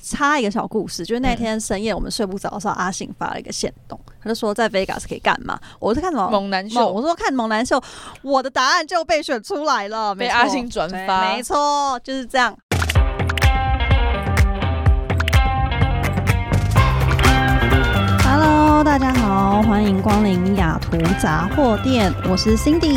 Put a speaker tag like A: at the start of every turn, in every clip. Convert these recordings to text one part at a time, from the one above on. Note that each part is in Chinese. A: 插一个小故事，就是
B: 嗯
A: 那天深夜我们睡不着的时候，阿信发了一个线动，他就说在 Vegas 可以干嘛？我在看什么？
B: 哦猛男
A: 猛
B: 秀
A: 我说看猛男秀，我的答案就被选出来了，
B: 被
A: 没错
B: 阿信转
A: 对
B: 发
A: 没错，就是这样。Hello，大家好，欢迎光临雅图杂货店，我是 Cindy。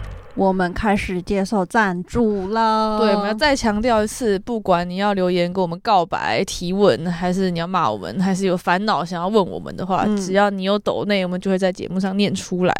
A: 我们开始接受赞助了。
B: 对，我们要再强调一次，不管你要留言跟我们告白、提问，还是你要骂我们，还是有烦恼想要问我们的话，
A: 嗯
B: 只要你有抖内，我们就会在节目上念出来。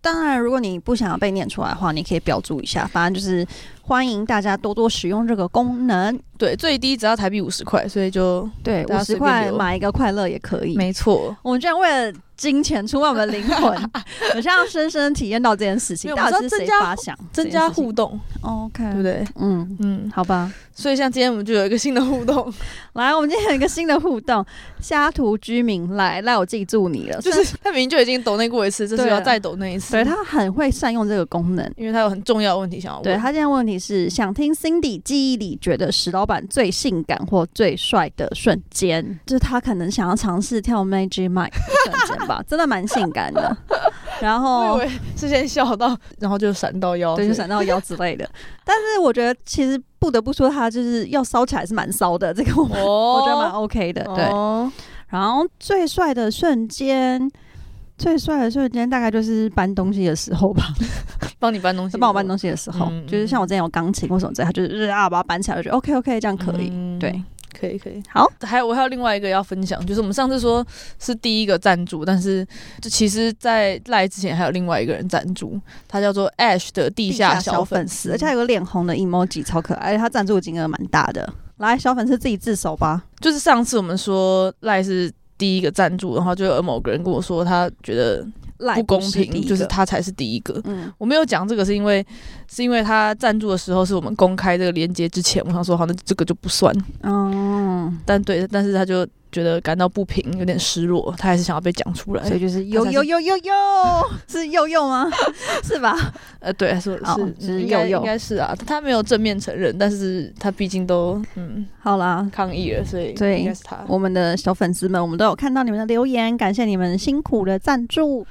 A: 当然，如果你不想要被念出来的话，你可以标注一下。反正就是欢迎大家多多使用这个功能。
B: 对，最低只要台币五十块，所以就
A: 对，啊
B: 大
A: 五
B: 家
A: 十
B: 随便
A: 块
B: 留
A: 买一个快乐也可以。
B: 没错。
A: 我们居然为了金钱出卖我们的灵 魂，我现在要深深体验到这件事情
B: 没有
A: 到
B: 我
A: 底
B: 们
A: 是谁
B: 是要增加
A: 发想这
B: 增
A: 件
B: 加
A: 事情
B: 互动，
A: ？OK，
B: 对不对？
A: 嗯，
B: 嗯，
A: 好吧。
B: 所以像今天我们就有一个新的互动，
A: 来，我们今天有一个新的互动，虾图居民来，赖我记住你了。
B: 就
A: 虽然
B: 是他明明就已经抖内过一次，这次
A: 对啊
B: 要再抖内一次。
A: 对，他很会善用这个功能。
B: 因为他有很重要的问题想要问。
A: 对他现在问题是想听 Cindy 记忆里觉得石老板最性感或最帅的瞬间，就是他可能想要尝试跳 Magic Mike 的瞬间吧， 真的蛮性感的。然后
B: 我以为是先笑到，哦然后就闪到腰，
A: 对，就
B: 所以
A: 闪到腰之类的。但是我觉得其实不得不说，他就是要烧起来是蛮烧的，这个我、
B: 哦，
A: 我觉得蛮 OK 的。对，
B: 哦
A: 然后最帅的瞬间。最帅的瞬间大概就是搬东西的时候吧，
B: 帮你搬东西，
A: 帮我搬东西的时候，
B: 嗯
A: 就是像我之前有钢琴或什么之类，他就是啊把它搬起来，我就觉得 OK OK 这样可以。
B: 嗯
A: 对，
B: 可以可以。
A: 好，
B: 还有我还有另外一个要分享，就是我们上次说是第一个赞助，但是就其实，在赖之前还有另外一个人赞助，他叫做 Ash 的地下小粉丝，
A: 而且还有个脸红的 emoji，超可爱，而且他赞助金额蛮大的。来，小粉丝自己自首吧。
B: 就是上次我们说赖是。第一个赞助，然后就有某个人跟我说，他觉得
A: 赖
B: 不公
A: 是第一
B: 平，
A: 个
B: 就是，他才是第一个。
A: 嗯，
B: 我没有讲这个，是因为是因为他赞助的时候是我们公开这个链接之前，我想说好，那这个就不算。
A: 嗯哦，
B: 但对，但是他就觉得感到不平，有点失落，他还是想要被讲出
A: 所
B: 来。
A: 以哎就是呦
B: 才是
A: 呦呦呦呦， 是呦呦吗？是吧？
B: 呃，对，是
A: 哦
B: 是嗯
A: 是
B: 应该
A: 右右
B: 应该是啊，他没有正面承认，但是他毕竟都嗯
A: 好啦，
B: 抗议了，所以
A: 对
B: 应该是他。
A: 我们的小粉丝们，我们都有看到你们的留言，感谢你们辛苦的赞助。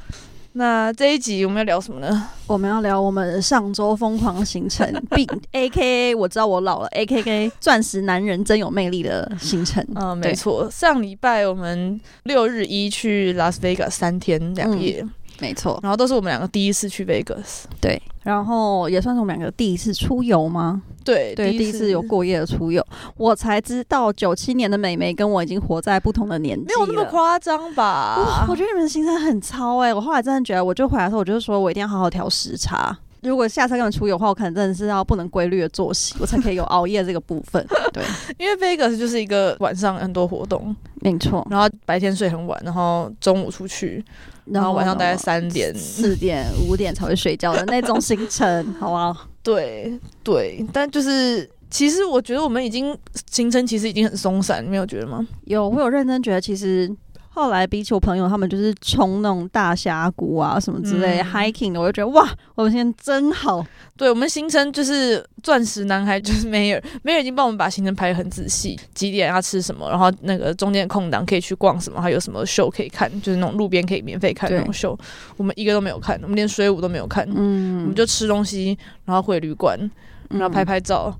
B: 那这一集我们要聊什么呢？
A: 我们要聊我们上周疯狂行程， 并 A K A 我知道我老了，A K K 钻石男人真有魅力的行程。
B: 嗯，
A: 对
B: 没错，上礼拜我们六日一去拉斯维加斯三天两夜，
A: 嗯没错，
B: 然后都是我们两个第一次去 Vegas。
A: 对，然后也算是我们两个第一次出游吗？
B: 对
A: 对，第一次有过夜的出游，我才知道九七年的美眉跟我已经活在不同的年纪
B: 没有那么
A: 了。
B: 夸张吧
A: 哇，？我觉得你们的行程很超哎、我后来真的觉得，我就回来的时候，我就说我一定要好好调时差。如果下次跟你们出游的话，我可能真的是要不能规律的作息，我才可以有熬夜这个部 分。对，
B: 因为 Vegas 就是一个晚上很多活动，
A: 没错。
B: 然后白天睡很晚，然后中午出去，然后晚上大概
A: 呢
B: 三点。
A: 四点、五点才会睡觉的那种行程，好不好？
B: 对对，但就是其实我觉得我们已经行程其实已经很松散，你没有觉得吗？
A: 有，我有认真觉得，其实后来比起我朋友他们就是冲那种大峡谷啊什么之类、
B: 嗯
A: hiking 的，我就觉得哇，我们现在真好。
B: 对我们行程就是钻石男孩就是 Mayer，Mayer 已经帮我们把行程排得很仔细，几点要吃什么，然后那个中间的空档可以去逛什么，还有什么秀可以看，就是那种路边可以免费看的那种秀，我们一个都没有看，我们连水舞都没有看，我
A: 嗯
B: 们就吃东西，然后回旅馆，然后拍拍照，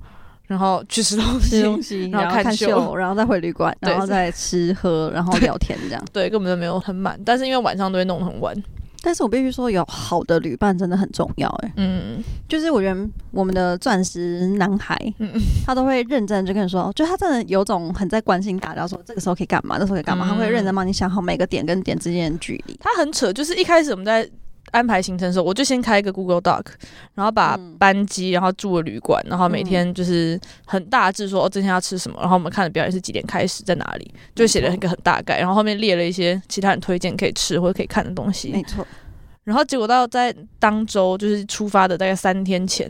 B: 然后去吃东西
A: 吃，东西，
B: 然后
A: 然后看
B: 看
A: 秀，
B: 秀
A: 然后再回旅馆，
B: 对
A: 然后再吃喝，然后聊天这样。
B: 对，根本就没有很满，但是因为晚上都会弄得很晚，
A: 但是我必须说，有好的旅伴真的很重要、欸。哎，
B: 嗯，
A: 就是我觉得我们的钻石男孩，
B: 嗯
A: 他都会认真地就跟你说，就他真的有种很在关心大家，说这个时候可以干嘛，那时候可以干嘛，
B: 嗯
A: 他会认真帮你想好每个点跟点之间的距离。
B: 他很扯，就是一开始我们在安排行程的时候，我就先开一个 Google Doc，然后把
A: 嗯
B: 班机，然后住的旅馆，然后每
A: 嗯
B: 天就是很大致说哦，今天要吃什么，然后我们看的表演是几点开始，在哪里，就写了一个很大概，然后后面列了一些其他人推荐可以吃或者可以看的东西，
A: 没错，
B: 然后结果到在当周就是出发的大概三天前，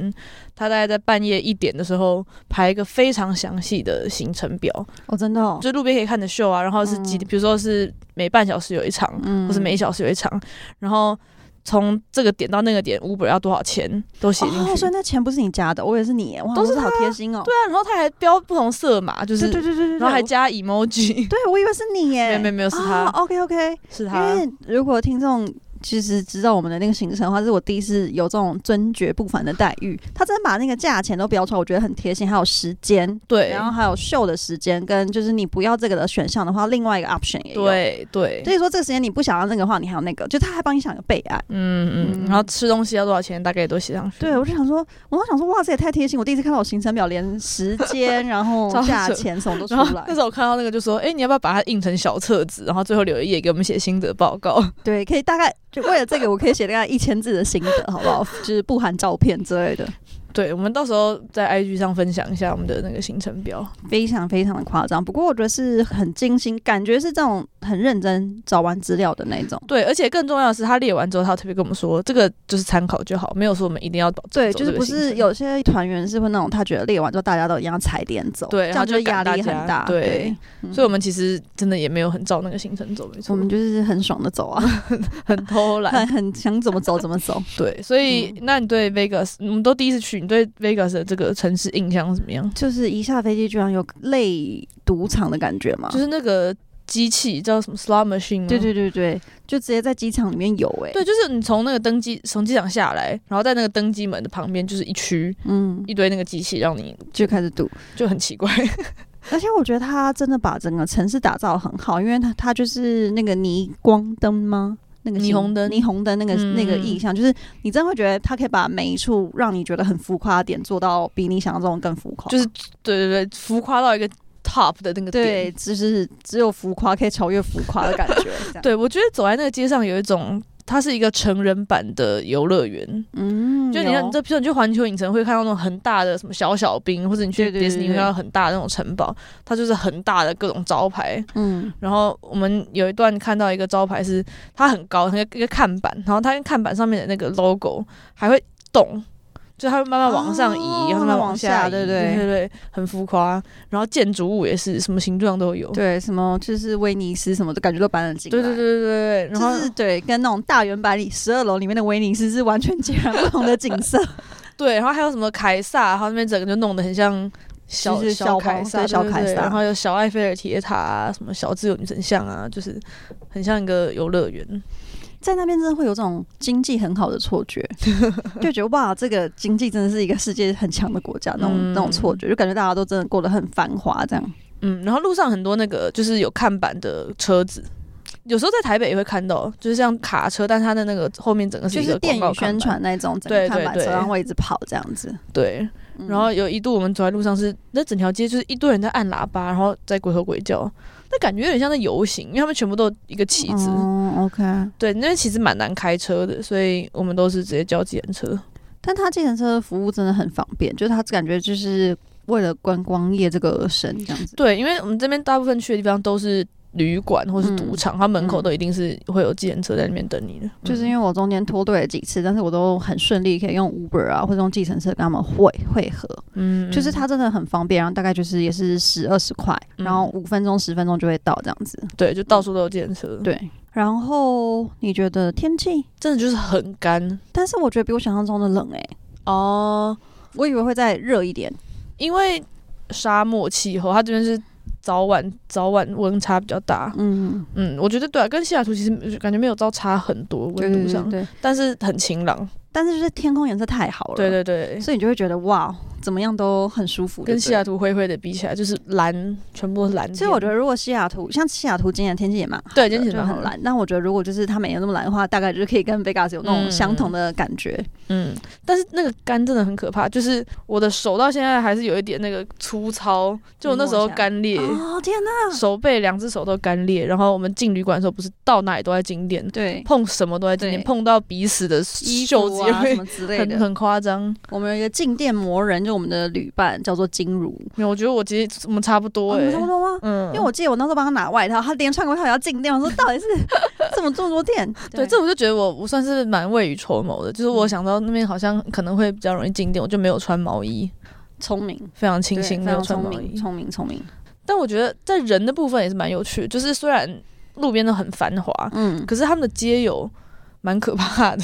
B: 他大概在半夜一点的时候排一个非常详细的行程表，
A: 哦，真的哦，
B: 就路边可以看的秀啊，然后是几，
A: 嗯
B: 比如说是每半小时有一场，
A: 嗯
B: 或是每一小时有一场，然后从这个点到那个点，Uber 要多少钱都写进去。
A: 哦，所以那钱不是你加的，我也是你耶，哇，
B: 都是
A: 我好贴心哦。
B: 对啊，然后他还标不同色码，就是
A: 对对对对对，
B: 然后还
A: 我
B: 加 emoji，
A: 对我以为是你耶，哦
B: 没有没有没有是他
A: OK OK，
B: 是
A: 因
B: 他，
A: 为如果听众其实知道我们的那个行程的话，是我第一次有这种尊爵不凡的待遇。他真的把那个价钱都标出来，我觉得很贴心，还有时间，
B: 对，
A: 然后还有秀的时间，跟就是你不要这个的选项的话，另外一个 option 也有。
B: 对对，
A: 所以说这个时间你不想要那个的话，你还有那个，就他还帮你想一个备案。
B: 嗯
A: 嗯
B: 嗯，然后吃东西要多少钱，大概也都写上去。
A: 对，我就想说，我都想说，哇，这也太贴心！我第一次看到我行程表，连时间、然 后
B: 超
A: 价
B: 扯
A: 钱什么都出
B: 然后
A: 来
B: 那。时候我看到那个就说，哎、你要不要把它印成小册子，然后最后留一页给我们写心得报告？
A: 对，可以大概就为了这个，我可以写大概一千字的心得，好不 好？就是不含照片之类的。
B: 对，我们到时候在 IG 上分享一下我们的那个行程表。
A: 非常非常的夸张，不过我觉得是很精心，感觉是这种很认真找完资料的那种。
B: 对，而且更重要的是，他列完之后，他特别跟我们说，这个就是参考就好，没有说我们一定要走
A: 对，
B: 走
A: 就是
B: 这个
A: 不
B: 行
A: 是
B: 程
A: 有些团员是会那种，他觉得列完之后大家都一样踩点走，这
B: 对，然后
A: 样
B: 就
A: 就压
B: 赶大
A: 力很
B: 家
A: 大。
B: 对，，
A: 嗯
B: 所以我们其实真的也没有很照那个行程走，没错，
A: 我们就是很爽的走啊，
B: 很偷懒，
A: 很 嗯很想怎么走怎么走。
B: 对，所以、那你对 Vegas，我们都第一次去，你对 Vegas 的这个城市印象怎么样？
A: 就是一下飞机居然有类赌场的感觉嘛，
B: 就是那个机器叫什么 slot machine 吗？
A: 啊对对对对，就直接在机场里面有哎、
B: 对，就是你从那个登机从机场下来，然后在那个登机门的旁边就是一区
A: 嗯，
B: 一堆那个机器，让你
A: 就开始赌。
B: 就很奇怪。
A: 而且我觉得他真的把整个城市打造得很好，因为他他就是那个霓光灯吗？那个
B: 霓
A: 形
B: 虹灯
A: 霓虹灯那个、
B: 嗯
A: 那个意象，就是你真的会觉得他可以把每一处让你觉得很浮夸的点做到比你想象中更浮夸，
B: 就是对对对，浮夸到一个 top 的那个
A: 对，
B: 点。
A: 就是只有浮夸可以超越浮夸的感觉。这样，
B: 对，我觉得走在那个街上有一种。它是一个成人版的游乐园，
A: 嗯，
B: 就你看，
A: 有
B: 你这譬如你去环球影城会看到那种很大的什么小小兵，或者你去
A: 对对对
B: 迪士尼
A: 对
B: 会看到很大的那种城堡，它就是很大的各种招牌，
A: 嗯，
B: 然后我们有一段看到一个招牌是它很高，那个一个看板，然后它看板上面的那个 logo 还会动，就它会慢慢往上移，
A: 哦
B: 然后慢慢往下移，
A: 往下对对
B: 对对对，很浮夸。然后建筑物也是什么形状都有，
A: 对，什么就是威尼斯什么的感觉都搬了进来，
B: 哦对对对对对对。然后、
A: 就是对，跟那种大圆百里十二楼里面的威尼斯是完全截然不同的景色。
B: 对，然后还有什么凯撒，然后那边整个就弄得很像。小
A: 就是小
B: 凯
A: 王
B: 撒，
A: 对
B: 对
A: 小
B: 对
A: 凯
B: 对
A: 撒
B: 然后有小埃菲尔铁塔啊，什么小自由女神像啊，就是很像一个游乐园。
A: 在那边真的会有这种经济很好的错 觉，就觉得哇，这个经济真的是一个世界很强的国家，那种、
B: 嗯
A: 那种错觉，就感觉大家都真的过得很繁华这样。
B: 嗯，然后路上很多那个就是有看板的车子，有时候在台北也会看到，就是像卡车，但是它的那个后面整个是
A: 就
B: 一个
A: 是电
B: 广告
A: 影
B: 看
A: 宣
B: 板
A: 传那种，整个
B: 对
A: 看板
B: 对对
A: 车上会一直跑这样子。
B: 对。
A: 嗯
B: 然后有一度我们走在路上是，那整条街就是一堆人在按喇叭，然后在鬼吼鬼叫，那感觉有点像在游行，因为他们全部都有一个旗子。
A: 哦，OK，
B: 对，那边其实蛮难开车的，所以我们都是直接叫计程车。
A: 但他计程车的服务真的很方便，就是他感觉就是为了观光业这个而生这样子。
B: 对，因为我们这边大部分去的地方都是旅馆或是
A: 嗯
B: 赌场，它门口
A: 嗯
B: 都一定是会有计程车在那边等你的。
A: 就是因
B: 为
A: 为我中间脱队了几次，但是我都很顺利，可以用 Uber 啊，或者用计程车跟他们会会合。
B: 嗯
A: 就是它真的很方便，然后大概就是也是十二十块，
B: 嗯
A: 然后五分钟十分钟就会到这样子。
B: 对，就到处都有计程车。
A: 对，然后你觉得天气？
B: 真的就是很干
A: 但是我觉得比我想象中的冷欸诶、
B: 哦，
A: 我以为会再热一点。
B: 因为沙漠气候，它这边是早晚早晚温差比较大。
A: 嗯，
B: 嗯，我觉得对啊，跟西雅图其实感觉没有到差很多
A: 对对
B: 温度
A: 对
B: 上，
A: 对。
B: 但是很晴朗。
A: 但是就是天空颜色太好了，
B: 对对对，
A: 所以你就会觉得哇，怎么样都很舒服。
B: 跟
A: 对
B: 西雅图灰灰的比起来，就是蓝，全部都是蓝天。
A: 所以我觉得，如果西雅图像西雅图今年天气也蛮好的，
B: 对今年
A: 就
B: 蛮好啊
A: 很
B: 的
A: 蓝。但我觉得如果就是它每年那么蓝的话，大概就是可以跟 Vegas 有那种
B: 嗯
A: 相同的感觉。
B: 嗯，但是那个干真的很可怕，就是我的手到现在还是有一点那个粗糙，就我那时候干裂。
A: 哦天哪！
B: 手背两只手都干裂，然后我们进旅馆的时候，不是到哪里都在经典，
A: 对，
B: 碰什么都在今天，
A: 对
B: 碰到彼此的
A: 衣
B: 袖
A: 服
B: 子也
A: 啊什
B: 会
A: 么之类
B: 很
A: 的，
B: 很夸张。
A: 我们有一个静电魔人，就跟我们的旅伴叫做金如，
B: 没有，我觉得我其实我们差不多
A: 哦你
B: 哎、
A: 们差不多吗？
B: 嗯，
A: 因为我记得我那时候帮他拿外套，他连穿外套也要进店，我说到底是 怎么这么多店？
B: 对，这我就觉得我我算是蛮未雨绸缪的，就是我
A: 嗯
B: 想到那边好像可能会比较容易进店，我就没有穿毛衣，
A: 聪明，
B: 非常
A: 对
B: 庆幸
A: 非
B: 没有
A: 常聪
B: 穿毛
A: 明，
B: 衣。
A: 聪明，聪明。
B: 但我觉得在人的部分也是蛮有趣的，就是虽然路边都很繁华，
A: 嗯，
B: 可是他们的街友蛮可怕的。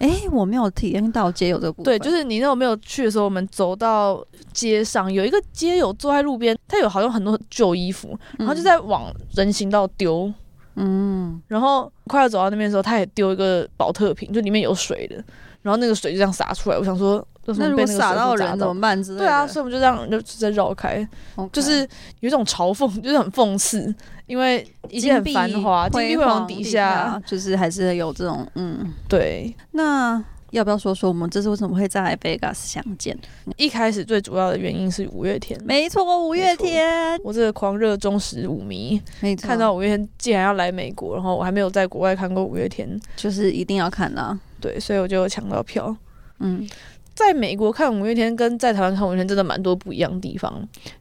A: 哎、我没有体验到街友这个部分，
B: 对，就是你那种没有去的时候，我们走到街上，有一个街友坐在路边，他有好像很多旧衣服，然后就在往人行道丢。
A: 嗯，
B: 然后快要走到那边的时候，他也丢一个保特瓶，就里面有水的，然后那个水就这样洒出来。我想说，为什
A: 那
B: 么
A: 如
B: 被
A: 果
B: 那个
A: 撒
B: 水
A: 到
B: 柱
A: 人
B: 砸
A: 怎
B: 到？
A: 么办之类的？
B: 对啊，所以我们就这样就直接绕开，
A: OK，
B: 就是有一种嘲讽，有一种讽刺，因为一切很繁华，金碧辉煌底下，，
A: 就是还是有这种嗯。
B: 对，
A: 那要不要说说我们这次为什么会在 Vegas 相见？
B: 一开始最主要的原因是五月天，
A: 没错，五月天，
B: 我这个狂热忠实舞迷，
A: 没错，
B: 看到五月天竟然要来美国，然后我还没有在国外看过五月天，
A: 就是一定要看的啊、
B: 对，所以我就抢到票。
A: 嗯，
B: 在美国看五月天跟在台湾看五月天真的蛮多不一样的地方。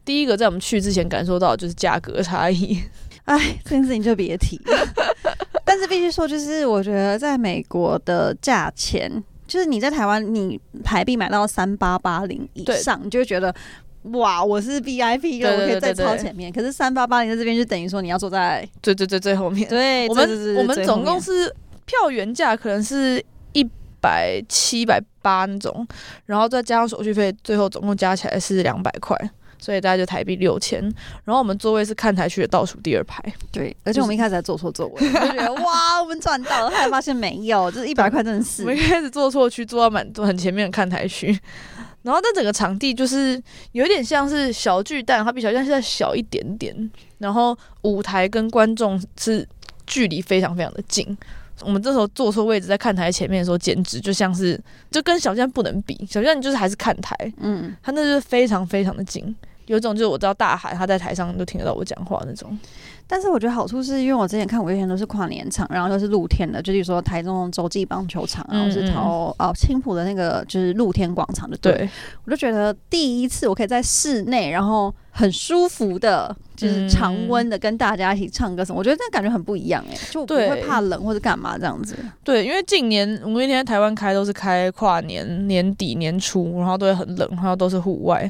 B: 第一个，在我们去之前感受到的就是价格差异，
A: 哎，这件事情就别提 了。但是必须说，就是我觉得在美国的价钱，就是你在台湾你台币买到三八八零以
B: 对
A: 上，你就会觉得。哇，我是 VIP 了，
B: 对对
A: 我可以
B: 对
A: 再
B: 对
A: 超
B: 对
A: 前面。可是三八八零在这边就等于说你要坐在
B: 最最最最后面。
A: 对
B: 我
A: 哎这
B: 们
A: 是
B: 我们
A: 最后
B: 总共
A: 面
B: 是票原价可能是一百七百八那种，然后再加上手续费，最后总共加起来是两百块。所以大概就台币六千，然后我们座位是看台区的倒数第二排，
A: 对，而且我们一开始还坐错座位，我就觉得哇，我们赚到了，后来发现没有，就是一百块真的
B: 我
A: 是
B: 们一开始坐错区，坐到蛮很前面的看台区， 然后但整个场地就是有点像是小巨蛋，它比小巨蛋现在小一点点，然后舞台跟观众是距离非常非常的近。我们这时候坐错位置，在看台前面的时候，简直就像是就跟小巨蛋不能比，小巨蛋就是还是看台，
A: 嗯，
B: 它那就是非常非常的近。有一种就是我知道大喊，他在台上都听得到我讲话那种。
A: 但是我觉得好处是因为我之前看五月天都是跨年场，然后都是露天的，就比如说台中洲际棒球场啊，
B: 嗯
A: 或是桃哦青浦的那个就是露天广场就对了，
B: 对，
A: 我就觉得第一次我可以在室内，然后很舒服的，就是常温的跟大家一起唱歌什么，我觉得那感觉很不一样哎、就我不
B: 对
A: 会怕冷或者干嘛这样子，
B: 对，因为近年五月天在台湾开都是开跨年、年底、年初，然后都会很冷，然后都是户外。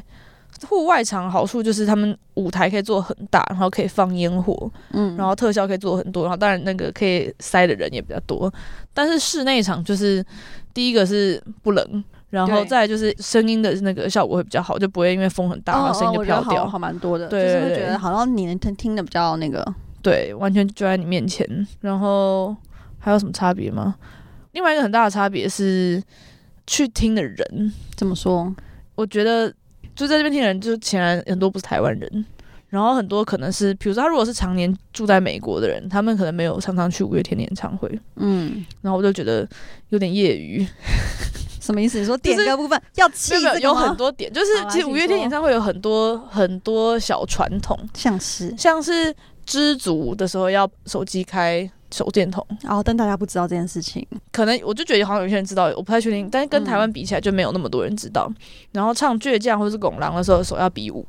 B: 户外场好处就是他们舞台可以做很大，然后可以放烟火，
A: 嗯，
B: 然后特效可以做很多，然后当然那个可以塞的人也比较多。但是室内场就是第一个是不冷，然后
A: 对
B: 再来就是声音的那个效果会比较好，就不会因为风很大，然后声音
A: 哦
B: 就
A: 我觉得
B: 飘掉。
A: 好好蛮多的，
B: 对
A: 就是会
B: 对
A: 觉
B: 对
A: 得好像你能听听的比较那个。
B: 对，完全就在你面前。然后还有什么差别吗？另外一个很大的差别是去听的人，
A: 怎么说？
B: 我觉得就在这边听的人，就显然很多不是台湾人，然后很多可能是，比如说他如果是常年住在美国的人，他们可能没有常常去五月天的演唱会，
A: 嗯，
B: 然后我就觉得有点业余，
A: 什么意思？你说
B: 就
A: 点
B: 是
A: 歌部分要气
B: 没有
A: 这个
B: 没有有
A: 吗
B: 很多点，就是
A: 好啦
B: 其实
A: 请
B: 五月天
A: 说
B: 演唱会有很多很多小传统，
A: 像是，
B: 像是知足的时候要手机开手电筒，
A: 然哦后但大家不知道这件事情。
B: 可能我就觉得好像有些人知道，我不太确定，但是跟台湾比起来就没有那么多人知道。然后唱倔强或是拱狼的时候手要比武，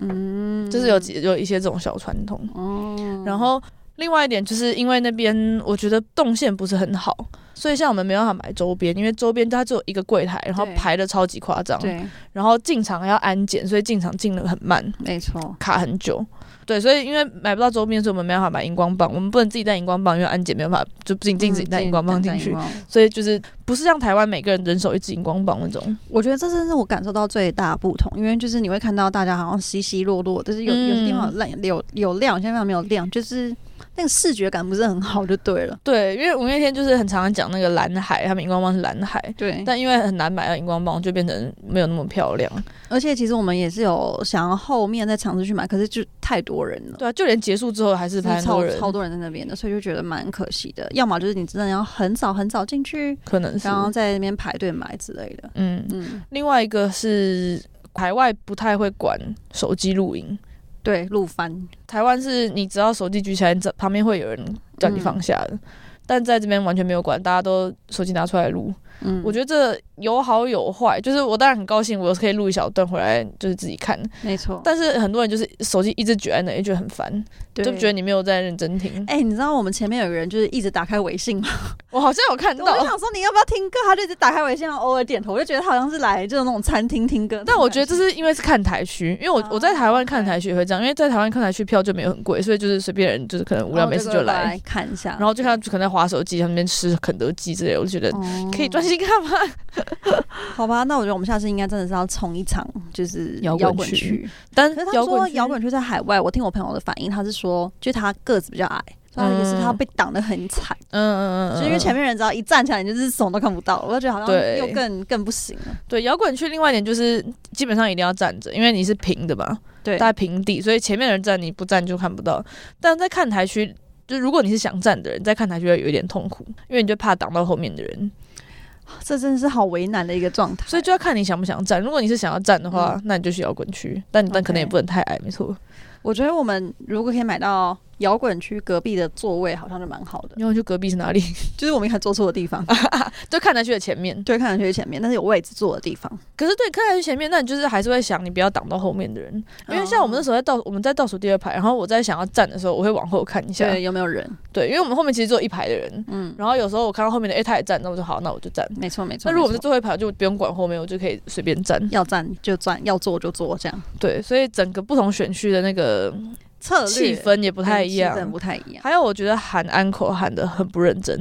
A: 嗯，
B: 就是有几有一些这种小传统。
A: 哦，
B: 然后另外一点就是因为那边我觉得动线不是很好，所以像我们没办法买周边，因为周边它只有一个柜台，然后
A: 对
B: 排的超级夸张，
A: 对，
B: 然后进场还要安检，所以进场进的很慢，
A: 没错。
B: 卡很久。对，所以因为买不到周边，所以我们没办法买荧光棒，我们不能自己带荧光棒，因为安检没办法就不嗯仅禁
A: 嗯
B: 止你带荧光棒进去，所以就是不是像台湾每个人人手一支荧光棒那种。
A: 我觉得这真是我感受到最大的不同，因为就是你会看到大家好像稀稀落落，就是有、有些地方有亮有有亮，有些地方没有亮，就是那个视觉感不是很好，就对了。
B: 对，因为五月天就是很常常讲那个蓝海，他们荧光棒是蓝海，
A: 对
B: 但因为很难买到荧光棒，就变成没有那么漂亮。
A: 而且其实我们也是有想要后面再尝试去买，可是就太多人了。
B: 对啊，就连结束之后还是
A: 就是
B: 排很多
A: 超
B: 人，
A: 超多人在那边的，所以就觉得蛮可惜的。要么就是你真的要很早很早进去，
B: 可能是
A: 然。后在那边排队买之类的。
B: 嗯，
A: 嗯，
B: 另外一个是海外不太会管手机录音，
A: 对，路翻
B: 嗯台湾是你只要手机举起来，这旁边会有人叫你放下的。但在这边完全没有管，大家都手机拿出来录。
A: 嗯，
B: 我觉得这有好有坏，就是我当然很高兴，我可以录一小段回来，就是自己看。
A: 没错。
B: 但是很多人就是手机一直举在那，也觉得很烦，
A: 对
B: 就觉得你没有在认真听。
A: 哎、你知道我们前面有个人就是一直打开微信吗？
B: 我好像有看
A: 我
B: 到
A: 就，想说你要不要听歌，他就一直打开微信，然后偶尔点头，我就觉得他好像是来就是那种餐厅听歌。
B: 但我觉得这是因为是看台区，因为我
A: 哦
B: 我在台湾看台区也会这样，因为在台湾看台区票就没有很贵，所以就是随便人就是可能无聊没事就来，
A: 来看一下，
B: 然后就看他可能在划手机，他们那边吃肯德基之类的，我就觉得
A: 哦
B: 可以专心看吗？
A: 好吧，那我觉得我们下次应该真的是要冲一场，就是
B: 摇滚
A: 滚
B: 区
A: 区。
B: 但
A: 可是他
B: 摇
A: 说
B: 滚
A: 摇
B: 摇
A: 滚区在海外，我听我朋友的反应，他是说，就他个子比较矮，所以他也是他被挡得很惨，
B: 嗯嗯嗯嗯嗯，
A: 就因为前面人只要一站起来，你就是什么都看不到，我就觉得好像
B: 对
A: 又更更不行了。
B: 对摇滚区另外一点就是基本上一定要站着，因为你是平的嘛，
A: 对，
B: 大家平地，所以前面的人站你不站就看不到。但在看台区，就如果你是想站的人，在看台区会有一点痛苦，因为你就怕挡到后面的人，
A: 这真的是好为难的一个状态。
B: 所以就要看你想不想站。如果你是想要站的话，
A: 嗯
B: 那你就去摇滚区，但但
A: OK
B: 可能也不能太矮，没错。
A: 我觉得我们如果可以买到摇滚区隔壁的座位，好像就蛮好 的，
B: 然后去隔壁是哪里？
A: 就是我们一开始坐错的地方，
B: 就看台区的前面。
A: 对，看上去前面，但是有位置坐的地方。
B: 可是对看台区前面，那你就是还是会想，你不要挡到后面的人，因为像我们
A: 啊
B: 那时
A: 哦
B: 候在倒，我们在倒数第二排，然后我在想要站的时候，我会往后看一下，
A: 对有啊没有人？
B: 对，因为我们后面其实只有一排的人，
A: 嗯，
B: 然后有时候我看到后面的，哎、他也站，那我就好，那我就站。
A: 没错没错。
B: 那如果我
A: 没
B: 们
A: 错
B: 是最后一排，我就不用管后面，我就可以随便站。
A: 要站就站，要坐就坐，这样
B: 对，所以整个不同选区的那个
A: 策略
B: 气氛也不
A: 不
B: 太一样。
A: 不太一样，
B: 还有，我觉得喊安口喊的很不认真，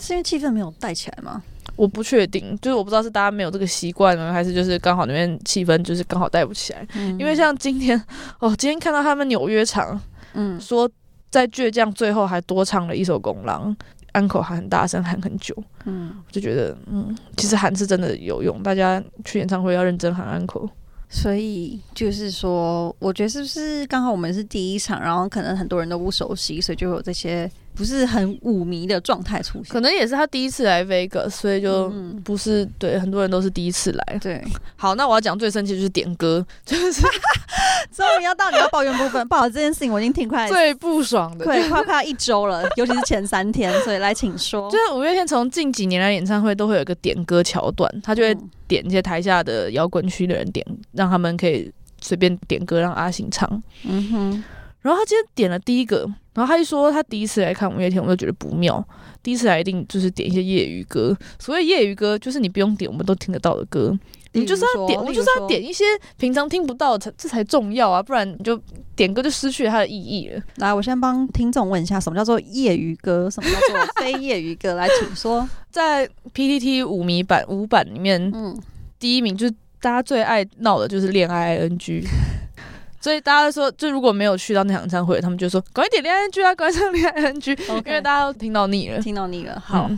A: 是因为气氛没有带起来吗？
B: 我不确定，就是我不知道是大家没有这个习惯呢，还是就是刚好那边气氛就是刚好带不起来。
A: 嗯
B: 因为像今天，哦，今天看到他们纽约场
A: 嗯，
B: 说在倔强最后还多唱了一首《公狼》，安口喊很大声，喊很久。
A: 嗯，
B: 就觉得，嗯，其实喊是真的有用，大家去演唱会要认真喊安口。
A: 所以就是说，我觉得是不是刚好我们是第一场，然后可能很多人都不熟悉，所以就有这些不是很舞迷的状态出现。
B: 可能也是他第一次来 Vegas，所以就
A: 嗯，
B: 不是、对很多人都是第一次来。
A: 对，
B: 好，那我要讲最生气的就是点歌，就是
A: 终于要到你要抱怨部分，不好，这件事情我已经听快
B: 哎最不爽 的。
A: 快快快要一周 了，尤其是前三天，所以来请说。
B: 就是五月天从近几年来演唱会都会有一个点歌桥段，他就会
A: 嗯
B: 点一些台下的摇滚区的人点，让他们可以随便点歌让阿信唱。
A: 嗯哼，
B: 然后他今天点了第一个，然后他一说他第一次来看五月天，我就觉得不妙。第一次来一定就是点一些业余歌，所谓业余歌就是你不用点我们都听得到的歌，你就是要点，我
A: 例如说
B: 就是要点。一些平常听不到的才，这才重要啊，不然你就点歌就失去了它的意义了。
A: 来，我先帮听众问一下，什么叫做业余歌，什么叫做非业余歌？来，请 说。
B: 在 PTT 五迷版五版里面，
A: 嗯，
B: 第一名就是大家最爱闹的就是恋爱 ING。所以大家说，就如果没有去到那场演唱会，他们就说赶快点恋爱 NG 啊，赶快唱恋爱 NG，因 为大家都听到腻了。
A: 听到你了，好
B: 好，，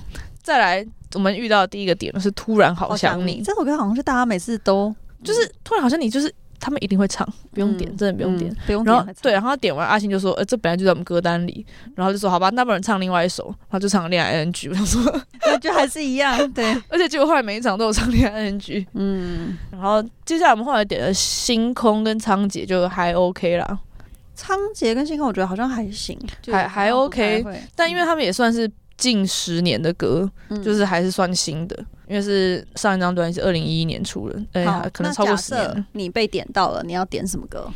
B: 再来，我们遇到的第一个点就是突然好想你，
A: 这首歌好像是大家每次都
B: 就是突然好想你，就是他们一定会唱，不用点，
A: 嗯
B: 真的不用点。
A: 嗯不用
B: 然
A: 点
B: 后
A: 还唱，
B: 对，然啊后点完阿信就说，呃，这本来就在我们歌单里，
A: 嗯
B: 然后就说好吧，那不然唱另外一首，然后就唱了恋爱 NG，我想说，
A: 那就还是一样，对，
B: 而且结果后来每一场都有唱恋爱 NG，
A: 嗯，
B: 然后接下来我们后来点了星空跟仓颉，就还 OK 啦，
A: 仓颉跟星空我觉得好像还行，就
B: 还还 OK
A: 不太会
B: 但因为他们也算是近十年的歌，
A: 嗯
B: 就是还是算新的，因为是上一张专辑是二零一一年出的，哎、
A: 好，
B: 可能
A: 那
B: 超过
A: 假
B: 十年了
A: 设。你被点到了，你要点什么歌？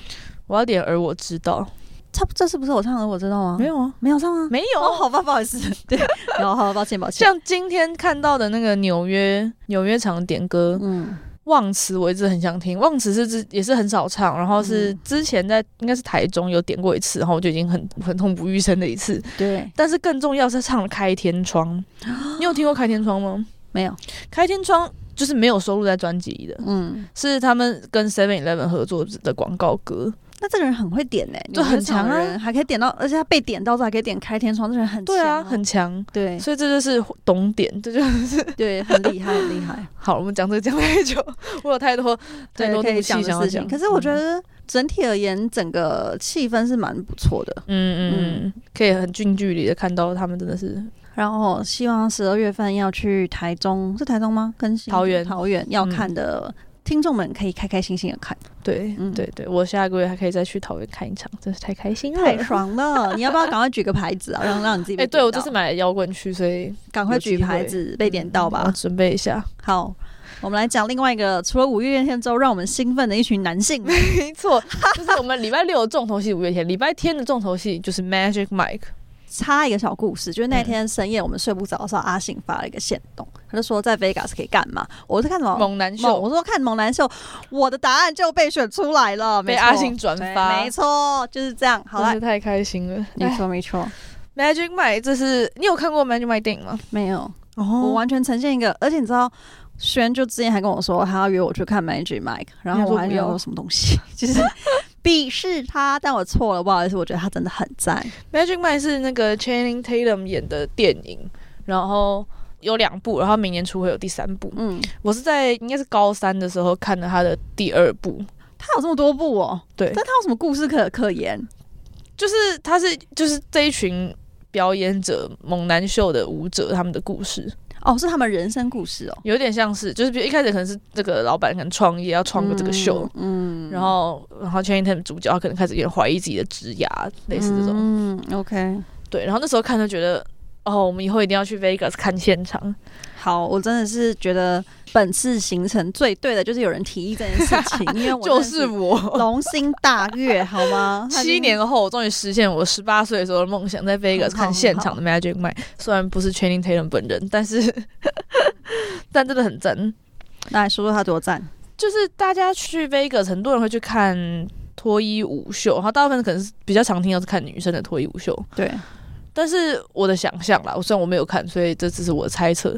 B: 我要点而我知道，
A: 差不这是不是我唱的？我知道吗？
B: 没有啊，
A: 哦没有上啊。
B: 没有
A: 哦，好吧，不好意 思，对，然后好，抱歉，抱歉。
B: 像今天看到的那个纽约纽约场点歌《
A: 嗯，
B: 忘词》，我一直很想听。《忘词》是之也是很少唱，然后是
A: 嗯
B: 之前在应该是台中有点过一次，然后我就已经很 很痛不欲生的一次。
A: 对，
B: 但是更重要是唱了《开天窗》， 你有听过《开天窗》吗？
A: 没有，
B: 《开天窗》就是没有收录在专辑里的，
A: 嗯，
B: 是他们跟 Seven Eleven 合作的广告歌。
A: 那这个人很会点呢、
B: 就很强啊
A: 你们这种人还可以点到，而且他被点到之后还可以点开天窗，这个人很
B: 对啊，
A: 强哦
B: 很强。
A: 对
B: 所以这就是懂点，这就
A: 对，很厉害，很厉害，
B: 好。我们讲这个讲太久，我有太多太
A: 对，
B: 多
A: 可
B: 东
A: 以
B: 西
A: 讲
B: 想
A: 的
B: 要
A: 事
B: 讲嗯
A: 情。。可是我觉得整体而言，整个气氛是蛮不错的。
B: 嗯嗯，嗯，可以很近距离的看到他们真的是
A: 然后希望十二月份要去台中，是台中吗？跟新竹
B: 桃园嗯
A: 桃园要看的听众们可以开开心心的看，
B: 对、
A: 嗯
B: 对对，我下个月还可以再去桃园看一场，真是太开心了。
A: 太爽 了！你要不要赶快举个牌子啊，让让你自己
B: 哎、
A: 被点
B: 对
A: 到？
B: 我这次买了摇滚区，所以
A: 赶快举牌子被点到
B: 我
A: 吧。
B: 准备一下。
A: 好，我们来讲另外一个，除了五月天之后让我们兴奋的一群男性们，
B: 没错，就是我们礼拜六的重头戏五月天，礼拜天的重头戏就是 Magic Mike。
A: 插一个小故事，就是那
B: 嗯
A: 天深夜我们睡不着的时候，阿信发了一个线动，他就说在 Vegas 可以干嘛？我在看什么？
B: 猛男
A: 哦猛
B: 秀
A: 我说看猛男秀，我的答案就被选出来了，
B: 被
A: 没错
B: 阿信转
A: 对
B: 发，
A: 没错，就是这样。好
B: 真
A: 了
B: 是，太开心了。
A: 没错没错，
B: 哎 Magic Mike，这是你有看过 Magic Mike 电影吗？
A: 没有，我
B: 哦，
A: 完全呈现一个，而且你知道。轩就之前还跟我说，他要约我去看 Magic Mike，然后我还
B: 你还说不要
A: 想说什么东西， 就是鄙视他，但我错了，不好意思，我觉得他真的很赞。
B: Magic Man 是那个 Channing Tatum 演的电影，然后有两部，然后明年初会有第三部。
A: 嗯，
B: 我是在应该是高三的时候看的他的第二部，
A: 他有这么多部哦，
B: 对
A: 但，他有什么故事可可言？
B: 就是他是就是这一群表演者猛男秀的舞者他们的故事，
A: 哦，是他们人生故事哦，
B: 有点像是就是比如一开始可能是这个老板可能创业要创个这个秀。
A: 嗯，嗯
B: 然后，然后 Channing Tatum 主角他可能开始有点怀疑自己的职涯，类似这种。
A: 嗯，OK，
B: 对，然后那时候看就觉得，哦，我们以后一定要去 Vegas 看现场。
A: 好，我真的是觉得本次行程最对的就是有人提议这件事情，因为我真
B: 就
A: 的
B: 是我。
A: 龙心大悦，好 吗？他已
B: 七
A: 经
B: 年后，我终于实现我十八岁的时候的梦想，在 Vegas 看现场的 Magic Mike。虽然不是 Channing Tatum 本人，但是但真的很赞。
A: 那来说说他多赞，
B: 就是大家去 Vegas，很多人会去看脱衣舞秀，然后大部分可能是比较常听到是看女生的脱衣舞秀。
A: 对，
B: 但是我的想象啦，我虽然我没有看，所以这只是我的猜测。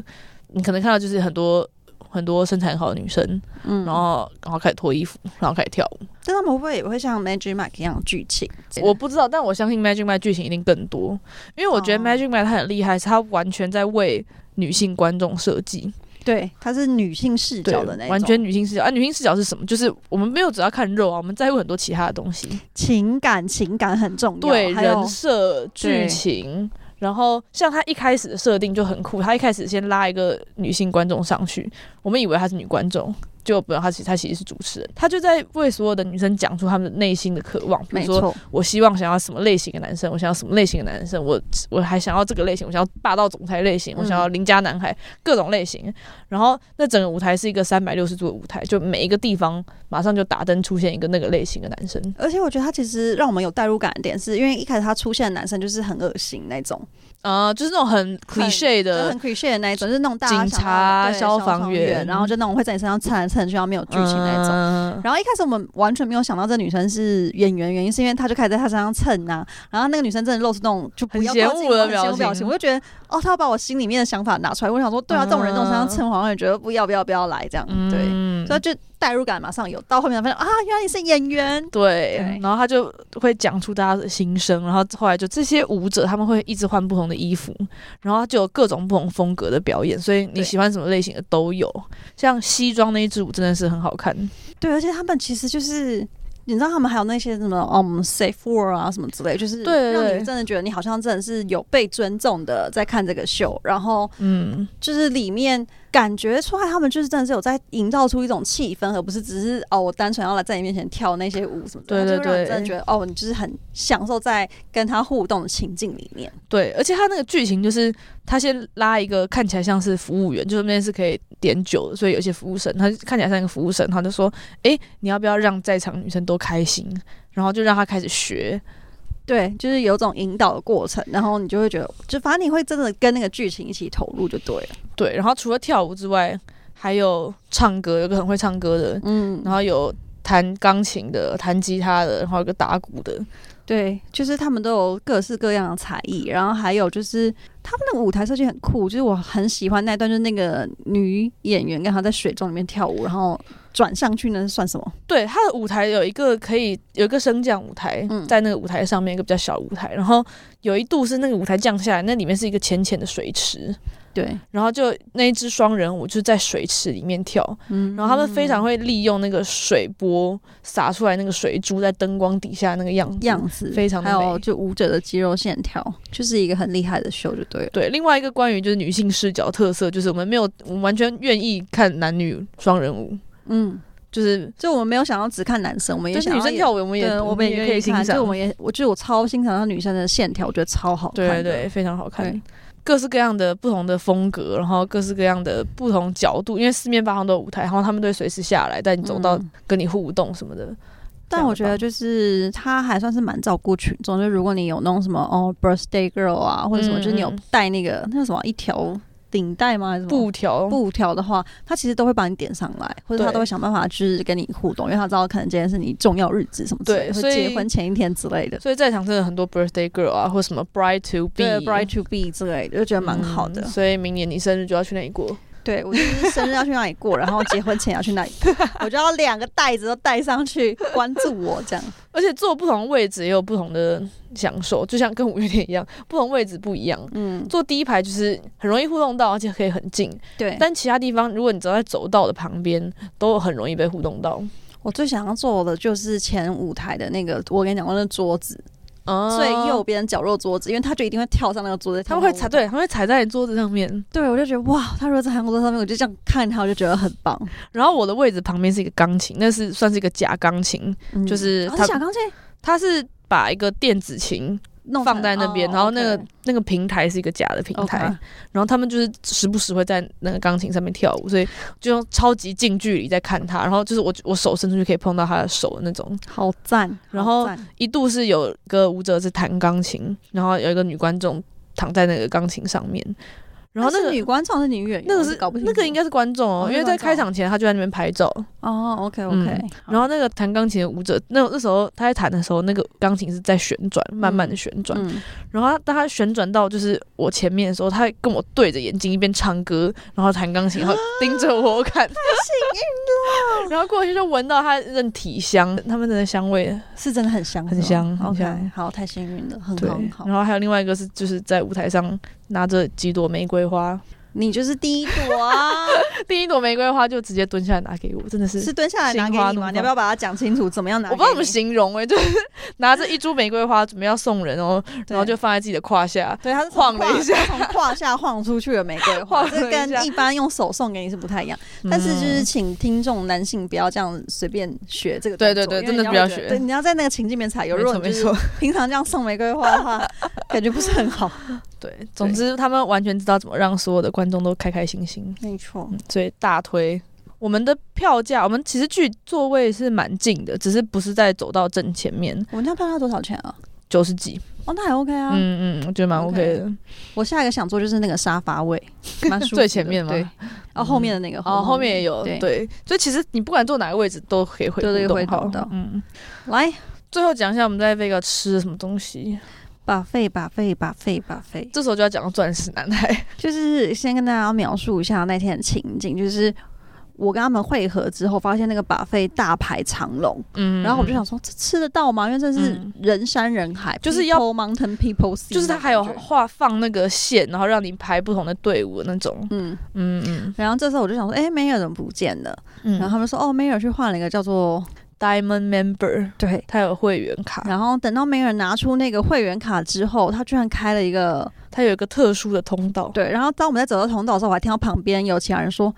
B: 你可能看到就是很多很多身材很好的女生，
A: 嗯，
B: 然后然后开始脱衣服，然后开始跳舞。
A: 但他们会不会也会像 Magic Mike 一样有剧情？
B: 我不知道，但我相信 Magic Mike 剧情一定更多，因为我觉得
A: 哦
B: Magic Mike 他很厉害，是他完全在为女性观众设计，
A: 对，她是女性视
B: 对
A: 角的那，一
B: 完
A: 种
B: 全女性视角。啊，女性视角是什么？就是我们没有只要看肉啊，我们在乎很多其他的东西，
A: 情感，情感很重要，
B: 对
A: 还有
B: 人设、剧
A: 对
B: 情。然后像他一开始的设定就很酷，他一开始先拉一个女性观众上去，我们以为她是女观众，就不知道她其实她其实是主持人，他就在为所有的女生讲出她们内心的渴望，比如
A: 没
B: 说
A: 错，
B: 我希望想要什么类型的男生，我想要什么类型的男生，我我还想要这个类型，我想要霸道总裁类型，
A: 嗯
B: 我想要邻家男孩，各种类型。然后那整个舞台是一个三百六十度的舞台，就每一个地方马上就打灯出现一个那个类型的男生。
A: 而且我觉得他其实让我们有代入感的点，是因为一开始他出现的男生就是很恶心那种，
B: 啊，就是那种很 cliche
A: 就
B: 的
A: 很 cliché 的那一种，就是那种大家
B: 警
A: 想到
B: 察
A: 对
B: 消
A: 消
B: 防员嗯
A: 员，然后就那种会在你身上蹭来蹭去，然后没有剧情那一种。
B: 种。
A: 然后一开始我们完全没有想到这女生是演员，原因是因为她就开始在她身上蹭呐、然后那个女生真的露出那种就不要
B: 很嫌
A: 靠近
B: 恶的
A: 我很
B: 表
A: 嫌恶表
B: 情
A: 情，我就觉得哦，她要把我心里面的想法拿出来。我想说，对啊，这种人在我身上蹭，我好像也觉得不要不要不要来这样，对，
B: 嗯
A: 所以就代入感马上有。到后面才发现啊，原来你是演员，
B: 对
A: 对，
B: 然后他就会讲出大家的心声，然后后来就这些舞者他们会一直换不同的衣服，然后就有各种不同风格的表演，所以你
A: 对
B: 喜欢什么类型的都有。像西装那一支舞真的是很好看，
A: 对，而且他们其实就是。你知道他们还有那些什么嗯 safe word 啊什么之类，就是
B: 对对
A: 让
B: 对
A: 你真的觉得你好像真的是有被尊重的在看这个秀，然后
B: 嗯，
A: 就是里面感觉出来，他们就是真的是有在营造出一种气氛，而不是只是哦，我单纯要来在你面前跳那些舞什么的，
B: 对对
A: 它就会让
B: 对
A: 你真的觉得哦，你就是很享受在跟他互动的情境里面。
B: 对，而且他那个剧情就是他先拉一个看起来像是服务员，就是那边是可以点酒的，所以有一些服务生，他就看起来像一个服务生，他就说：“诶，你要不要让在场女生都开心？”然后就让他开始学，
A: 对，就是有种引导的过程，然后你就会觉得，就反正你会真的跟那个剧情一起投入就对了。
B: 对，然后除了跳舞之外，还有唱歌，有个很会唱歌的，
A: 嗯，
B: 然后有弹钢琴的、弹吉他的，然后有个打鼓的，
A: 对，就是他们都有各式各样的才艺，然后还有就是他们那个舞台设计很酷，就是我很喜欢那一段，就是那个女演员跟她在水中里面跳舞，然后转上去那是算什么？
B: 对，它的舞台有一个可以有一个升降舞台，
A: 嗯
B: 在那个舞台上面一个比较小的舞台，然后有一度是那个舞台降下来，那里面是一个浅浅的水池，
A: 对，
B: 然后就那一支双人舞就在水池里面跳，
A: 嗯
B: 然后他们非常会利用那个水波洒出来那个水珠在灯光底下那个样子。
A: 样子，
B: 非常的
A: 还有
B: 美。
A: 就舞者的肌肉线条，就是一个很厉害的秀，就对了。
B: 对，另外一个关于就是女性视角特色，就是我们没有，我们完全愿意看男女双人舞，
A: 嗯，
B: 就是
A: 就我们没有想要只看男生，我们也
B: 就是
A: 想
B: 女
A: 要
B: 生
A: 也
B: 跳舞，我们也
A: 对，我们
B: 们
A: 也
B: 可
A: 愿
B: 以
A: 意
B: 欣
A: 看。就
B: 赏
A: 我。们也，我觉得我超欣赏她女生的线条，我觉得超好看
B: 对
A: 的。
B: 对对，非常好看
A: 对，
B: 各式各样的不同的风格，然后各式各样的不同角度，因为四面八方都有舞台，然后他们都会随时下来带你走到
A: 嗯
B: 跟你互动什么的。这
A: 但
B: 样
A: 我
B: 的
A: 觉
B: 吧
A: 得就是她还算是蛮照顾群众，就如果你有那种什么哦 birthday girl 啊，或者什么，
B: 嗯
A: 就是你有
B: 嗯
A: 带那个那个什么一条领带吗？还是什么
B: 布条，
A: 布条的话，他其实都会把你点上来，或者他
B: 对
A: 都会想办法去跟你互动，因为他知道可能今天是你重要日子什么之类的，会
B: 对所以
A: 结婚前一天之类的。
B: 所以在场真的很多 birthday girl 啊，或什么 bride to be
A: 对，bride to be 之类的，就觉得蛮好的。
B: 嗯所以明年你生日就要去那里过。
A: 对我就是生日要去哪里过，然后结婚前要去哪 里过，我就要两个袋子都带上去，关注我这样。
B: 而且坐不同的位置也有不同的享受，就像跟五月天一样，不同位置不一样。
A: 嗯，
B: 坐第一排就是很容易互动到，而且可以很近。
A: 对。
B: 但其他地方，如果你走在走道的旁边，都很容易被互动到。
A: 我最想要坐的就是前舞台的那个，我跟你讲过那桌子，最右，边角落桌子，因为他就一定会跳上那个桌子。
B: 他们会
A: 跳上
B: 踩，
A: 那个
B: 对，他们会踩在桌子上面。
A: 对，我就觉得哇，他如果在韩国桌上面，我就这样看他，我就觉得很棒。
B: 然后我的位置旁边是一个钢琴，那是算是一个假钢琴，
A: 嗯
B: 就是
A: 哦
B: 他
A: 是小钢琴
B: 它是把一个电子琴
A: 弄
B: 放
A: 成
B: 在那边，
A: 哦
B: 然后那个
A: OK
B: 那个平台是一个假的平台
A: OK
B: 然后他们就是时不时会在那个钢琴上面跳舞，所以就用超级近距离在看他，然后就是我我手伸出去可以碰到他的手的那种。
A: 好赞，
B: 然后
A: 好赞
B: 一度是有个舞者是弹钢琴，然后有一个女观众躺在那个钢琴上面，然后那
A: 是
B: 个
A: 女观众还是女演员，
B: 那个
A: 我
B: 是
A: 搞不清楚，
B: 那个应该是观众哦，
A: 哦
B: 因为在
A: 是观众
B: 开场前他就在那边拍照，
A: 哦，OK
B: 嗯
A: OK，
B: 然后那个弹钢琴的舞者，那那时候他在弹的时候，那个钢琴是在旋转，慢慢的旋转，
A: 嗯
B: 然后他当他旋转到就是我前面的时候，他还跟我对着眼睛一边唱歌，然后弹 钢琴，然后盯着我看，太
A: 哦
B: 幸运了。然后过去就闻到他的体香，他们的香味，
A: 是真的很香，
B: 很
A: 是吗
B: 香很香
A: ，OK，好，太幸运了，很
B: 对
A: 好很。好
B: 然。后还有另外一个是就是在舞台上拿着几朵玫瑰花，
A: 你就是第一朵啊，
B: 第一朵玫瑰花就直接蹲下来拿给我，真的是。
A: 是蹲下来拿给
B: 心
A: 你
B: 花怒
A: 吗？
B: 放
A: 你要不要把它讲清楚？怎么样拿
B: 我
A: 给
B: 不
A: 你？
B: 知道怎么形容哎、就是 拿着一株玫瑰花准备要送人哦，
A: 对，
B: 然后就放在自己的胯下，
A: 对，它是
B: 晃了一下，
A: 从胯下晃出去的玫瑰 花，
B: 晃了一
A: 这
B: 下嗯
A: 跟一般用手送给你是不太一样。但是就是请听众男性不要这样随便学这个动
B: 对
A: 作，
B: 对对
A: 因为
B: 真的
A: 你
B: 不要
A: 会觉得
B: 学
A: 对，你要在那个情境里面才有。
B: 没
A: 如
B: 错
A: 果你就
B: 没
A: 是
B: 错
A: 平常这样送玫瑰花的 话，感觉不是很好。
B: 对，总之他们完全知道怎么让所有的观众都开开心心，
A: 没错，
B: 所以大推。我们的票价，我们其实距座位是蛮近的，只是不是在走到正前面，
A: 我们家票价多少钱啊？
B: 九十几。
A: 哦，那还 OK 啊。
B: 嗯嗯，我觉得蛮 OK 的。
A: 我下一个想坐就是那个沙发 位，蛮舒服的。
B: 最前面吗
A: 对，哦，后面的那个，
B: 哦，后面也有
A: 对
B: 对，所以其实你不管坐哪个位置都可以会
A: 对对
B: 互动
A: 会
B: 好
A: 动到
B: 嗯，
A: 来，
B: 最后讲一下我们在 Vega 吃了什么东西，
A: 把费把费把费把费。
B: 这时候就要讲到钻石男孩。
A: 就是先跟大家描述一下那天的情景，就是我跟他们会合之后，发现那个把费大排长龙，
B: 嗯
A: 然后我就想，说，这吃得到吗？因为这是
B: 嗯
A: 人山人海，
B: 就是要
A: people mountain people sea，
B: 就是他还有
A: 那种感觉
B: 画放那个线，然后让你排不同的队伍那种。
A: 嗯，
B: 嗯嗯
A: 然后这时候我就想说，哎、梅尔怎么不见了？
B: 嗯。
A: 然后他们说，哦，梅尔去换了一个叫做
B: Diamond Member，
A: 对。
B: 他有会员卡，
A: 然后等到梅尔拿出那个会员卡之后，他居然开了一个
B: 他有一个特殊的通道。
A: 对。然后当我们在走到通道的时候，我还听到旁边有其他人说：“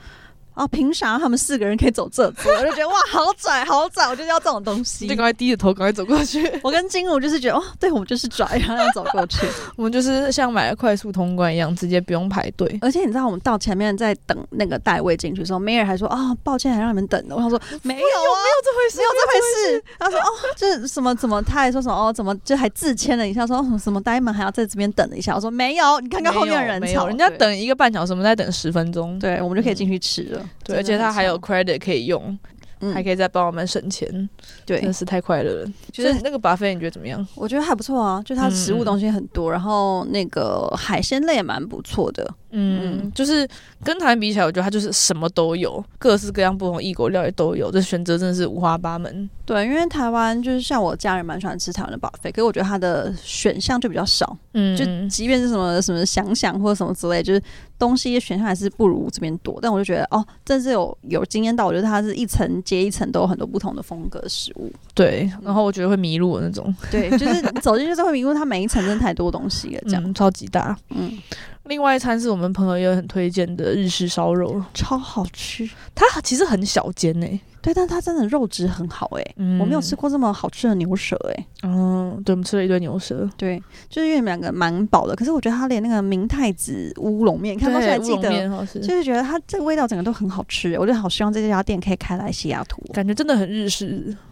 A: 啊，凭啥他们四个人可以走这组？”我就觉得哇，好拽，好拽！我就要这种东西。
B: 就赶快低着头，赶快走过去。
A: 我跟金武就是觉得哦，对我们就是拽，然后要走过去。
B: 我们就是像买了快速通关一样，直接不用排队。
A: 而且你知道，我们到前面在等那个代位进去的时候，梅尔还说啊、抱歉，还让你们等了。我想说没有啊，没
B: 哎
A: 有这回事。他说哦，这什么怎么，他还说什么哦，怎么就还自谦了一下，说哦什么什么呆萌还要在这边等了一下。我说没有，你看看后面的人
B: 没有，
A: 潮，
B: 人家
A: 对。
B: 等一个半小时，我们再等十分钟。
A: 对，我们就可以进去吃了。
B: 对，而且他还有 credit 可以用，还
A: 还
B: 可以再帮我们省钱，真
A: 嗯对
B: 的，是太快乐了。就
A: 所
B: 是
A: 以
B: 那个 buffet 你觉得怎么样？
A: 我觉得还不错啊，就它的食
B: 嗯
A: 物
B: 嗯
A: 东西很多，然后那个海鲜类也蛮不错的。
B: 嗯，
A: 嗯
B: 就是跟台湾比起来，我觉得它就是什么都有，各式各样不同异国料理都有，这选择真的是五花八门。
A: 对，因为台湾就是像我家人蛮喜欢吃台湾的 buffet，可是我觉得它的选项就比较少。
B: 嗯，
A: 就即便是什么什么想想或者什么之类，就是东西选项还是不如这边多。但我就觉得哦，真是有有惊艳到，我觉得它是一层接一层都有很多不同的风格食物。
B: 对，然后我觉得会迷路的那种，
A: 对，就是你走进去之后，因为它每一层真的太多东西了，这样，
B: 嗯、超级大。
A: 嗯，
B: 另外一餐是我们朋友也很推荐的日式烧肉，
A: 超好吃。
B: 它其实很小间呢、
A: 对，但它真的肉质很好哎、
B: 嗯
A: 欸我没有吃。过这么好吃的牛舌哎、
B: 嗯，对，我们吃了一堆牛舌。
A: 对，就是因为你们两个蛮饱的，可是我觉得它连那个明太子乌龙面，你看到现在还
B: 对
A: 记
B: 乌龙
A: 得，
B: 面好吃，
A: 就是觉得它这个味道整个都很好吃、我就好希望这家店可以开来西雅图。
B: 感觉真的很日式。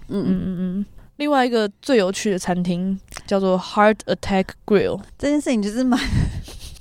B: 嗯
A: 嗯，
B: 嗯嗯。另外一个最有趣的餐厅叫做 Heart Attack Grill，
A: 这件事情就是蛮，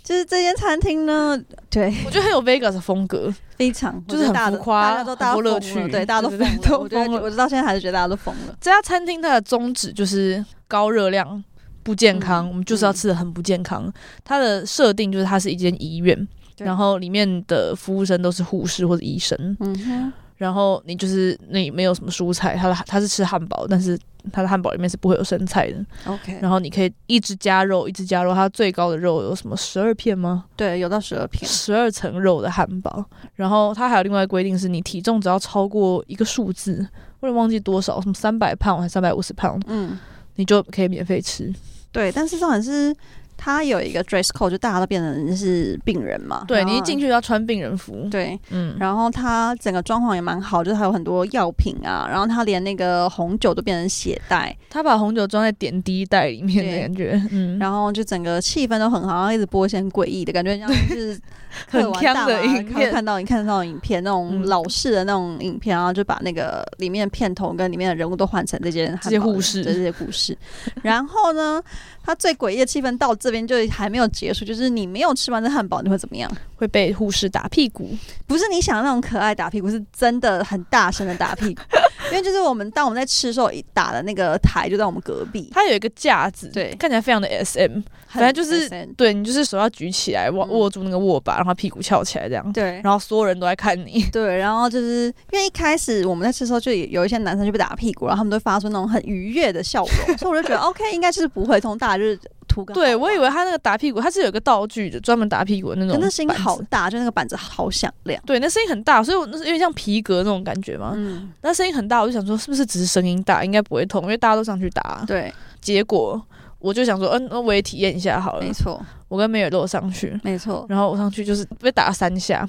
A: 就是这间餐厅呢，对，
B: 我觉得很有 Vegas 的风格。
A: 非常
B: 就是
A: 我觉
B: 很
A: 得大家
B: 浮夸
A: 大家都大家
B: 很
A: 都
B: 多乐
A: 疯了
B: 趣
A: 对，大家都
B: 对
A: 疯
B: 对
A: 了。
B: 对都
A: 我觉得
B: 疯了
A: 我到现在还是觉得大家都疯了。
B: 这家餐厅它的宗旨就是高热量、不健康，
A: 嗯
B: 我们就是要吃的很不健康。它的设定就是它是一间医院，
A: 对
B: 然后里面的服务生都是护士或者医生，
A: 嗯哼，
B: 然后你就是你没有什么蔬菜，它的它是吃汉堡，但是它的汉堡里面是不会有生菜的。
A: OK，
B: 然后你可以一直加肉，一直加肉，它最高的肉有什么十二片吗？
A: 对，有到十二片，
B: 十二层肉的汉堡，然后它还有另外规定是，你体重只要超过一个数字，我也忘记多少，什么三百磅还是三百五十磅，
A: 嗯，
B: 你就可以免费吃。
A: 对。但是重点是，它有一个 dress code，就大家都变成是病人嘛。
B: 对
A: 然后
B: 你一进去要穿病人服，
A: 对，
B: 嗯，
A: 然后它整个装潢也蛮好，就是还有很多药品啊，然后它连那个红酒都变成血袋，
B: 他把红酒装在点滴袋里面的
A: 对
B: 感觉，嗯，
A: 然后就整个气氛都很好，然后一直播一些很诡异的感觉，像是
B: 很
A: 嗑完
B: 呛
A: 大
B: 的
A: 麻
B: 影
A: 看
B: 片
A: 看到你看到影片那种
B: 嗯
A: 老式的那种影片，然后就把那个里面的片头跟里面的人物都换成这些汉堡
B: 这些护
A: 人
B: 士
A: 对这些故事。然后呢，它最诡异的气氛到这边就还没有结束，就是你没有吃完这汉堡你会怎么样？
B: 会被护士打屁股，
A: 不是你想的那种可爱打屁股，是真的很大声的打屁股。 因为就是我们当我们在吃的时候，一打的那个台就在我们隔壁，
B: 它有一个架子，
A: 对
B: 看起来非常的 S M，反正就是
A: 很大声
B: 对你就是手要举起来，握
A: 嗯
B: 握住那个握把，然后屁股翘起来这样，
A: 对。
B: 然后所有人都在看 你，
A: 对，然后就是因为一开始我们在吃的时候，就有有一些男生就被打屁股，然后他们都发出那种很愉悦的笑容， 所以我就觉得 OK，应该是不会从大就是图个好玩。
B: 对我以为他那个打屁股，他是有一个道具的，专门打屁股的那
A: 可
B: 种，
A: 那声音好，大，就那个板子好响亮。
B: 对，那声音很大，所以我那是有点像皮革那种感觉嘛，
A: 嗯，
B: 那声音很大，我就想说是不是只是声音大，应该不会痛，因为大家都上去打啊，
A: 嗯对，
B: 结果我就想说，嗯、那我也体验一下好了
A: 没。错，
B: 我跟梅尔都有上去，
A: 没错。
B: 然后我上去就是被打了三下，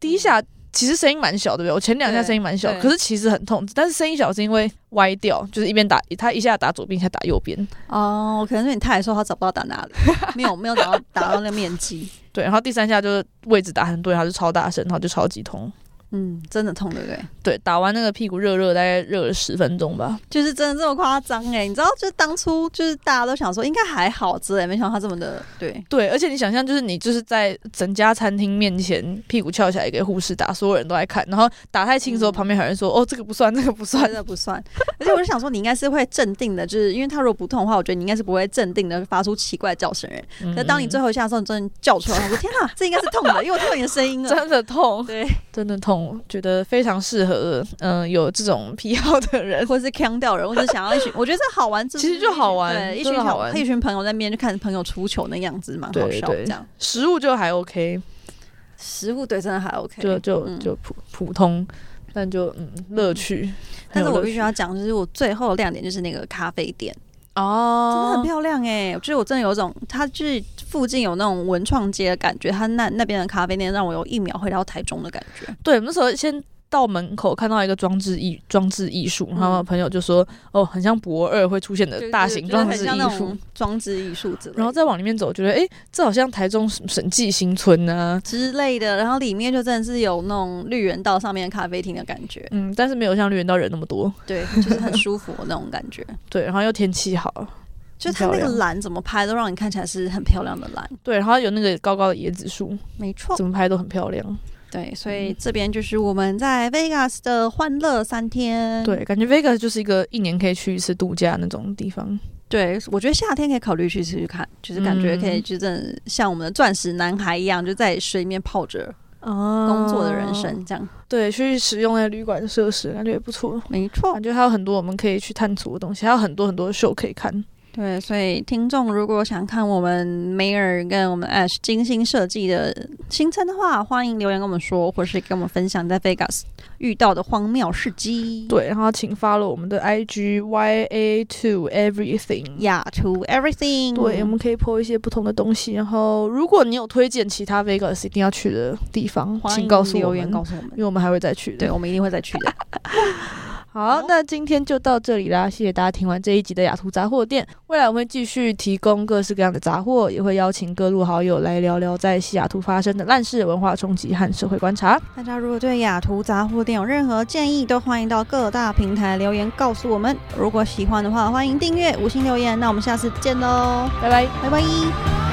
B: 第一下其实声音蛮小，对不对？我前两下
A: 嗯对
B: 声音蛮小，
A: 对
B: 可是其实很痛，但是声音小是因为歪掉，就是一边打他一下打左边，一下打右边，
A: 哦，可能是你太太说他找不到打哪里， 没有没有打到打到那个面积。
B: 对，然后第三下就是位置打很对，然后就超大声，然后就超级痛。
A: 嗯，真的痛，对不对？
B: 对，打完那个屁股热热，大概热了十分钟吧。
A: 就是真的这么夸张哎！你知道，就是当初就是大家都想说应该还好之类，没想到他这么的对。
B: 对，而且你想象就是你就是在整家餐厅面前屁股翘起来给护士打，所有人都在看，然后打太轻的时候，
A: 嗯
B: 旁边还有人说：“哦，这个不算，这个不算
A: 真。的不算，而且我就想说，你应该是会镇定的，就是因为他如果不痛的话，我觉得你应该是不会镇定的发出奇怪的叫声。人，
B: 嗯”
A: 可是当你最后一下的时候，你真的叫出来，我说天啊，这应该是痛的，因为我听到你的声音了。
B: 真的痛，
A: 对，
B: 真的痛，觉得非常适合嗯、呃有这种癖好 的人。
A: 或是腔掉人，或是想要一群，我觉得这好玩，这
B: 其实就好玩
A: 对，一群
B: 真的好
A: 小
B: 玩
A: 一群朋友在那边就看朋友出糗那样子，蛮好
B: 对
A: 笑
B: 对
A: 这样。
B: 食物就还 OK，
A: 食物对真的还 OK，
B: 就就
A: 嗯
B: 就普普通，但就嗯乐趣。很
A: 但
B: 有
A: 是我
B: 乐
A: 必须
B: 趣
A: 要讲，就是我最后的亮点就是那个咖啡店。真的很
B: 哦，
A: 漂亮哎、我觉得我真的有一种，它就是附近有那种文创街的感觉，它那那边的咖啡店让我有一秒回到台中的感觉。
B: 对，我们那时候先到门口看到一个装置艺装置艺术，然后
A: 嗯
B: 朋友就说：“哦，很像博二会出现的
A: 就是
B: 呃大型
A: 就是
B: 装
A: 很
B: 置
A: 像
B: 艺
A: 那
B: 术。
A: 种装置艺术之类的，
B: 然后再往里面走，觉得诶，这好像台中审审计新村啊，
A: 之类的，然后里面就真的是有那种绿园道上面的咖啡厅的感觉，
B: 嗯，但是没有像绿园道人那么多，
A: 对，就是很舒服的那种感 觉。
B: 对，然后又天气好，
A: 就是它那
B: 很漂
A: 个
B: 亮
A: 蓝怎么拍都让你看起来是很漂亮的蓝，
B: 对，然后有那个高高的椰子树，
A: 没错。
B: 怎么拍都很漂亮，
A: 对，所以这边就是我们在 Vegas 的欢乐三天。
B: 对，感觉 Vegas 就是一个一年可以去一次度假那种地方，
A: 对，我觉得夏天可以考虑去试试看，就是感觉可以
B: 嗯
A: 就真的像我们的钻石男孩一样，就在水里面泡着
B: 哦
A: 工作的人，生这样。
B: 对，去使用那个旅馆的设施，感觉也不错，
A: 没错嗯
B: 感，觉还有很多我们可以去探索的东西，还有很多很多的秀可以看，
A: 对，所以听众如果想看我们梅尔跟我们 Ash 精心设计的行程的话，欢迎留言跟我们说，或是跟我们分享在 Vegas 遇到的荒谬事迹。
B: 对，然后请发了我们的 IG YA to everything。
A: ，Yeah，to everything。
B: 对，我们可以 po 一些不同的东西。然后，如果你有推荐其他 Vegas 一定要去的地方，
A: 欢
B: 请
A: 迎
B: 告诉我
A: 留言
B: 们，
A: 告诉我们
B: 因。为我们还会再去的。
A: 对，我们一定会再去的。
B: 好
A: 好，
B: 那今天就到这里啦，谢谢大家听完这一集的雅图杂货店。未来我们会继续提供各式各样的杂货，也会邀请各路好友来聊聊在西雅图发生的烂事、文化冲击和社会观察。
A: 大家如果对雅图杂货店有任何建议，都欢迎到各大平台留言告诉我们。如果喜欢的话，欢迎订阅、五星留言。那我们下次见喽，
B: 拜拜。
A: 拜拜。